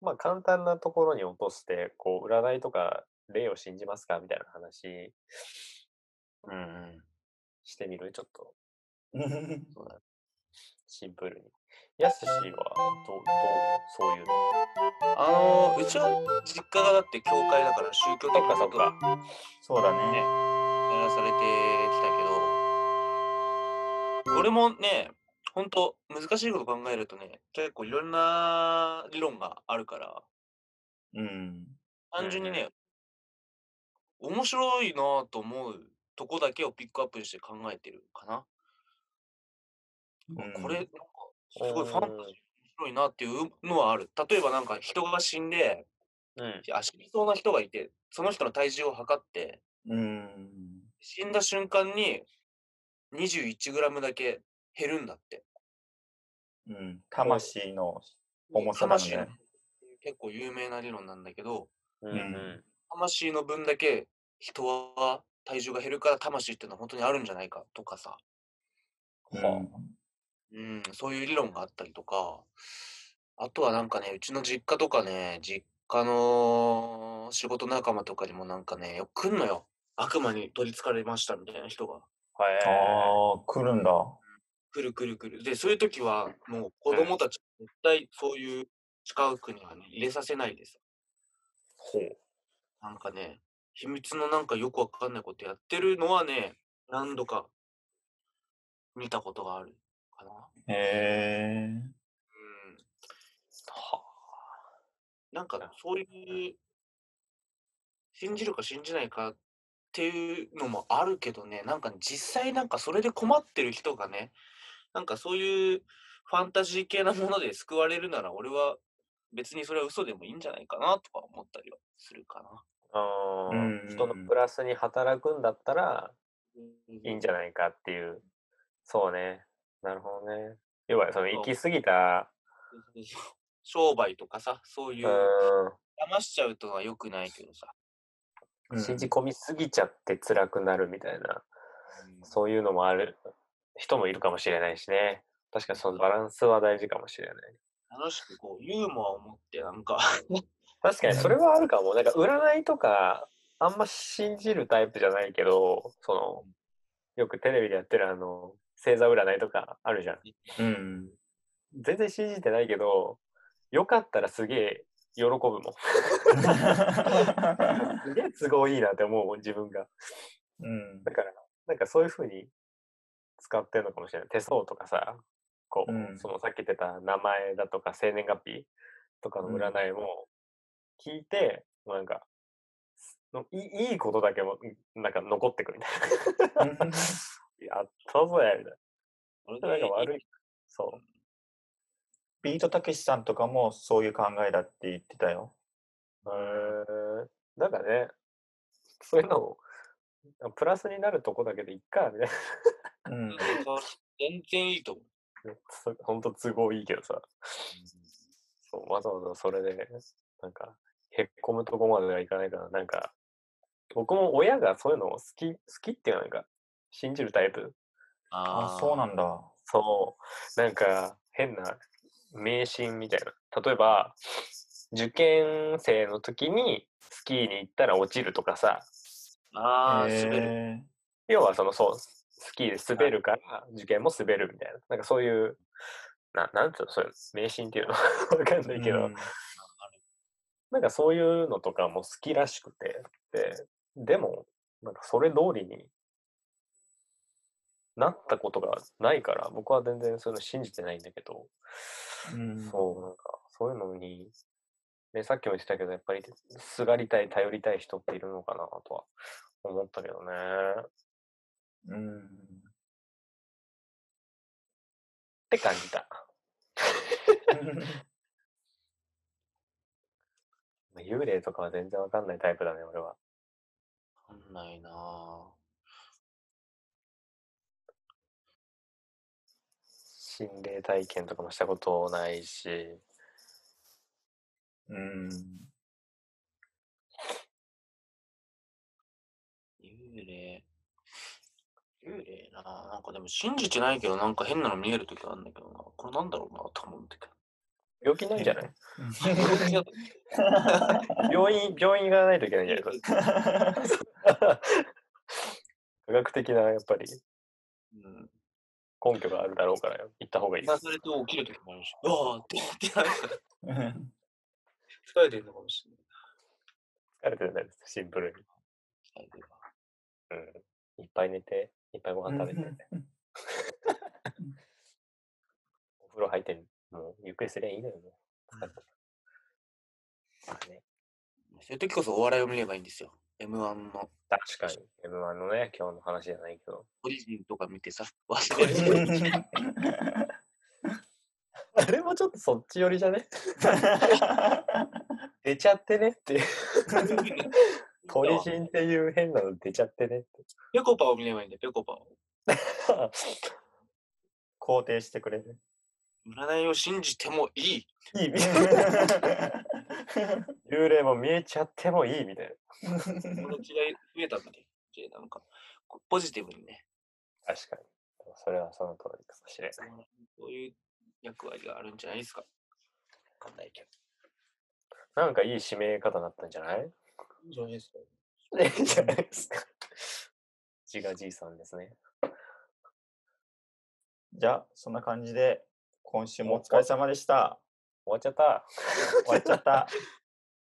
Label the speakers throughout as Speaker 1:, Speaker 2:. Speaker 1: まあ、簡単なところに落として、こう、占いとか霊を信じますかみたいな話、うん、してみるちょっと。 そうだねシンプルに。やすしは、どう、どう、そういうの。
Speaker 2: あのーうちの実家がだって教会だから宗教
Speaker 1: そっ
Speaker 2: 的な
Speaker 1: かそ
Speaker 2: こ
Speaker 1: っ
Speaker 2: とが
Speaker 1: か。そうだ
Speaker 2: ね、
Speaker 1: ね。
Speaker 2: やらされてきたけど、俺もね、ほんと難しいこと考えるとね、結構いろんな理論があるから、
Speaker 3: うん。
Speaker 2: 単純に
Speaker 1: うんう
Speaker 2: ね、面白いなと思うとこだけをピックアップして考えてるかな。
Speaker 3: うん
Speaker 2: これ、なんか、すごいファ
Speaker 1: うん。
Speaker 2: ンタジー面白いなっていうのはある。例えばなんか人が死んで、
Speaker 1: うん
Speaker 2: あ死にそうな人がいて、その人の体重を測って、
Speaker 3: うん。
Speaker 2: 死んだ瞬間に 21g だけ減るんだって。
Speaker 3: うん。魂の重さなの
Speaker 2: 魂の
Speaker 3: ね。
Speaker 2: 結構有名な理論なんだけど、
Speaker 1: うん
Speaker 3: ん
Speaker 1: うん
Speaker 2: 魂の分だけ人は体重が減るから魂っていうのは本当にあるんじゃないかとかさ、
Speaker 3: うん
Speaker 1: は
Speaker 2: うん、そういう理論があったりとか、あとはなんかね、うちの実家とかね、実家の仕事仲間とかにもなんかね、よく来んのよ。悪魔に取り憑かれましたみたいな人が。
Speaker 1: あ。へえ。
Speaker 3: ああ、来るんだ。
Speaker 2: 来る来る来る。で、そういう時はもう子供たち、絶対そういう近くにはね、入れさせないです。
Speaker 1: ほう。
Speaker 2: なんかね、秘密のなんかよくわかんないことやってるのはね、何度か見たことがあるかな。
Speaker 3: へえ。
Speaker 2: うん。
Speaker 1: は
Speaker 2: なんかそういう、信じるか信じないかっていうのもあるけどね、なんか実際なんかそれで困ってる人がね、なんかそういうファンタジー系なもので救われるなら、俺は別にそれは嘘でもいいんじゃないかなとか思ったりはするかな。
Speaker 1: あ。うん。
Speaker 3: うんうんうん
Speaker 1: 人のプラスに働くんだったら、いいんじ
Speaker 2: ゃ
Speaker 1: ゃないかっていう。そうね。なるほどね。要は、その、行
Speaker 2: そう
Speaker 1: き過ぎた、
Speaker 2: 商売とかさ、そういうう、
Speaker 1: ん。
Speaker 2: 騙しちゃうとは良くないけどさ。
Speaker 3: うん
Speaker 1: 信じ込みすぎちゃって辛くなるみたいな、そういうのもある人もいるかもしれないしね。確かにそのバランスは大事かもしれない。
Speaker 2: 楽しくこう、ユーモアを持って、なんか
Speaker 1: 確かにそれはあるかも。なんか占いとか、あんま信じるタイプじゃないけど、その、よくテレビでやってるあの、星座占いとかあるじゃん。
Speaker 3: うん。
Speaker 1: 全然信じてないけど、よかったらすげえ喜ぶもん。 すげえ都合いいなって思うもん、自分が。
Speaker 3: うん。
Speaker 1: だから、なんかそういうふうに使ってるのかもしれない。手相とかさ、こう、
Speaker 3: うん
Speaker 1: そのさっき言ってた名前だとか生年月日とかの
Speaker 3: うん
Speaker 1: 占いも聞いて、もうなんか、すのいいいいことだけも、んなんか残ってくるみたいな。 やったぜみたい
Speaker 2: 俺
Speaker 1: な。
Speaker 2: が
Speaker 1: ないん
Speaker 2: い
Speaker 1: か悪い。そう。
Speaker 3: ビートたけしさんとかもそういう考えだって言ってたよ。
Speaker 1: へーなんかね、そういうのを、プラスになるとこだけでいっか、みたい
Speaker 3: うん。
Speaker 2: 全然いいと思う。
Speaker 1: な。つ ほんと都合いいけどさ。そうわざわざそれで、なんか、へっこむとこまではいかないから、なんか、僕も親がそういうのを好き、好きっていうのはなんか、信じるタイプ。
Speaker 3: あ、そうなんだ。
Speaker 1: そう、なんか、変な迷信みたいな。例えば、受験生の時にスキーに行ったら落ちるとかさ、
Speaker 2: あーあー、
Speaker 3: へ
Speaker 2: 滑る。
Speaker 3: え
Speaker 1: 要はその、そう、スキーで滑るから、受験も滑るみたいな。なんかそういう、ななんつうの、そういう迷信っていうの わかんないけど、
Speaker 3: うん
Speaker 1: なんかそういうのとかも好きらしくて、で、でも、なんかそれ通りになったことがないから、僕は全然そういうの信じてないんだけど、
Speaker 3: うん
Speaker 1: そう、なんかそういうのに、ね、さっきも言ってたけど、やっぱりすがりたい、頼りたい人っているのかなとは思ったけどね。
Speaker 3: うん。
Speaker 1: って感じた。幽霊とかは全然わかんないタイプだね、俺は。
Speaker 2: わかんないなぁ。
Speaker 1: 心霊体験とかもしたことないし、
Speaker 3: うん。
Speaker 2: 幽霊。幽霊なぁ。なんかでも信じてないけど、なんか変なの見えるときあるんだけどな。これなんだろうなと思うんだけど。
Speaker 1: 病気ないんじゃない
Speaker 2: いや
Speaker 1: 病院、病院がないといけないんじゃない これ科学的な、やっぱり
Speaker 2: うん
Speaker 1: 根拠があるだろうから、行った方がいい。
Speaker 2: 刺されて起きる時もあるし、うわーってってなんか 疲れてるのかもしれない
Speaker 1: 疲れてるんだよ、シンプルに。。
Speaker 2: 疲れてるわ
Speaker 1: うん。いっぱい寝て、いっぱいご飯食べて、 お風呂入って、もうゆっくりすりゃいいのよ、もう。疲れてるまあね、
Speaker 2: そういう時こそお笑いを見ればいいんですよ。M1 の
Speaker 1: 確かに、M1 のね、今日の話じゃないけど。
Speaker 2: オリジンとか見てさ、忘れてる。
Speaker 1: あれもちょっとそっち寄りじゃね出ちゃってねって。トリジンっていう変なの出ちゃってねって。
Speaker 2: ペコパを見ればいいんだよ、ペコパを。
Speaker 3: 肯定してくれる。
Speaker 2: 占いを信じてもいい。
Speaker 1: いい幽霊も見えちゃってもいいみたいな。
Speaker 2: この時代増えたんだね。でなんか、こうポジティブにね、
Speaker 1: 確かに。それはその通りかもしれない。
Speaker 2: そういう役割があるんじゃないですか。わかんないけど。
Speaker 1: なんかいい締め方だったんじゃない
Speaker 2: いいんじゃないですか。
Speaker 1: いい じゃないですか。自画じいさんですね。
Speaker 3: じゃあ、そんな感じで、今週もお疲れ様でした。
Speaker 1: 終わっちゃった。
Speaker 3: 終わっちゃった。
Speaker 1: 終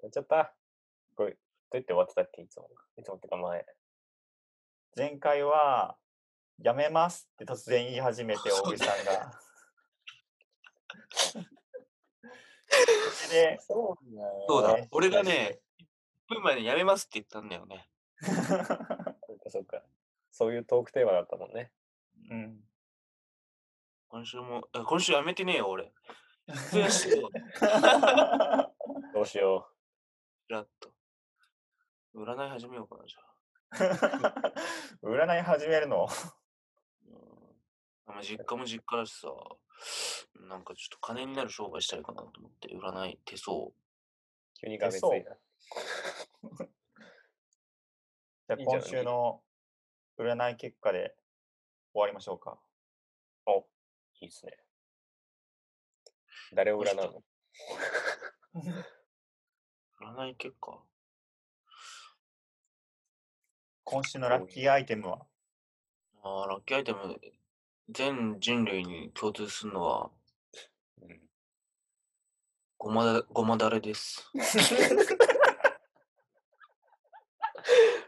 Speaker 1: わっちゃった。これ、どうやって終わってたっけいつも。いつもってか前。
Speaker 3: 前回は、やめますって突然言い始めて、大口さんが。で、
Speaker 1: そうだ
Speaker 2: そうだ
Speaker 3: ね、
Speaker 2: 俺がね、1分前にやめますって言ったんだよね。
Speaker 1: そうか、そうか。そういうトークテーマだったもんね。
Speaker 3: うん。
Speaker 2: 今週も、あ今週やめてねえよ、俺。出演してよ、
Speaker 1: どうしよ
Speaker 2: ちらっと。占い始めようかな、じゃあ。
Speaker 3: 占い始めるの
Speaker 2: うんまあ実家も実家だしさ、なんかちょっと金になる商売したいかなと思って、占い手相。
Speaker 1: う。急に画面つい
Speaker 3: そう
Speaker 1: た。
Speaker 3: じゃあ
Speaker 1: いいんじゃ
Speaker 3: 今
Speaker 1: ない
Speaker 3: 週の占い結果で終わりましょうか。
Speaker 1: お、いいっすね。誰を占う
Speaker 2: どうし
Speaker 1: の
Speaker 2: 占い結果
Speaker 3: 今週のラッキーアイテムは
Speaker 2: あーラッキーアイテム、全人類に共通するのは、
Speaker 1: うん
Speaker 2: ごまだ、ごまだれです。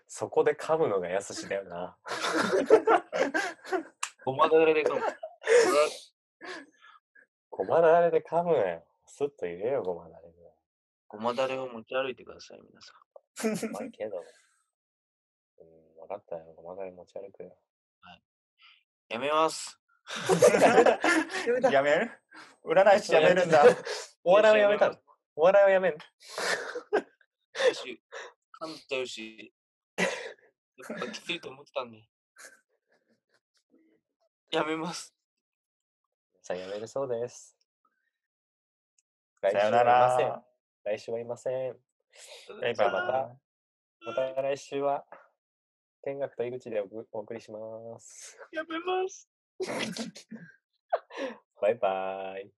Speaker 1: そこで噛むのがやすしだよな。
Speaker 2: ごまだれでか も。
Speaker 1: ごまだれで噛むなよ。すっと言えよ、ごまだれぐ
Speaker 2: ごまだれを持ち歩いてください、皆さん。
Speaker 1: らい。まいけど。うん、分かったよ。ごまだれ持ち歩くよ。
Speaker 2: やめます。
Speaker 3: やめる占い師やめるんだ。
Speaker 1: お笑いをやめたのお笑いをやめんの
Speaker 2: 来週、噛んじゃうし、やっぱきついと思ってたんで。やめます。
Speaker 1: さんやめるそうです。
Speaker 3: さ
Speaker 1: 来週
Speaker 3: よな
Speaker 1: はいません
Speaker 3: ら。。
Speaker 1: 来週はいません。
Speaker 3: バイバイ。
Speaker 1: また来週は、天学と井口でおくお送りします。
Speaker 2: やめます。
Speaker 1: バイバーイ。